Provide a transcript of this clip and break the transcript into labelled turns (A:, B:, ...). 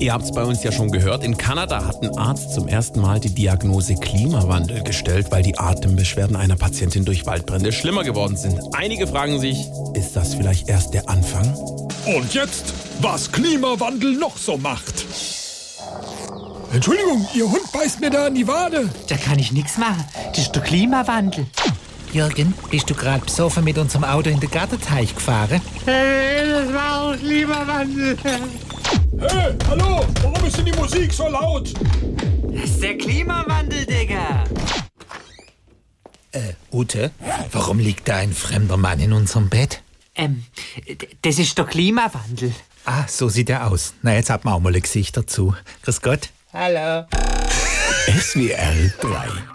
A: Ihr habt es bei uns ja schon gehört. In Kanada hat ein Arzt zum ersten Mal die Diagnose Klimawandel gestellt, weil die Atembeschwerden einer Patientin durch Waldbrände schlimmer geworden sind. Einige fragen sich, ist das vielleicht erst der Anfang?
B: Und jetzt, was Klimawandel noch so macht. Entschuldigung, Ihr Hund beißt mir da an die Wade.
C: Da kann ich nichts machen. Das ist der Klimawandel. Jürgen, bist du gerade besoffen mit unserem Auto in den Gartenteich gefahren?
D: Das war auch Klimawandel.
B: Hey, hallo, warum ist denn die Musik so laut?
E: Das ist der Klimawandel, Digga.
C: Äh, Ute, warum liegt da ein fremder Mann in unserem Bett?
E: Ähm, d- das ist der Klimawandel.
C: Ah, so sieht er aus. Na, jetzt hat man auch mal ein Gesicht dazu. Grüß Gott.
E: Hallo.
A: SWR 3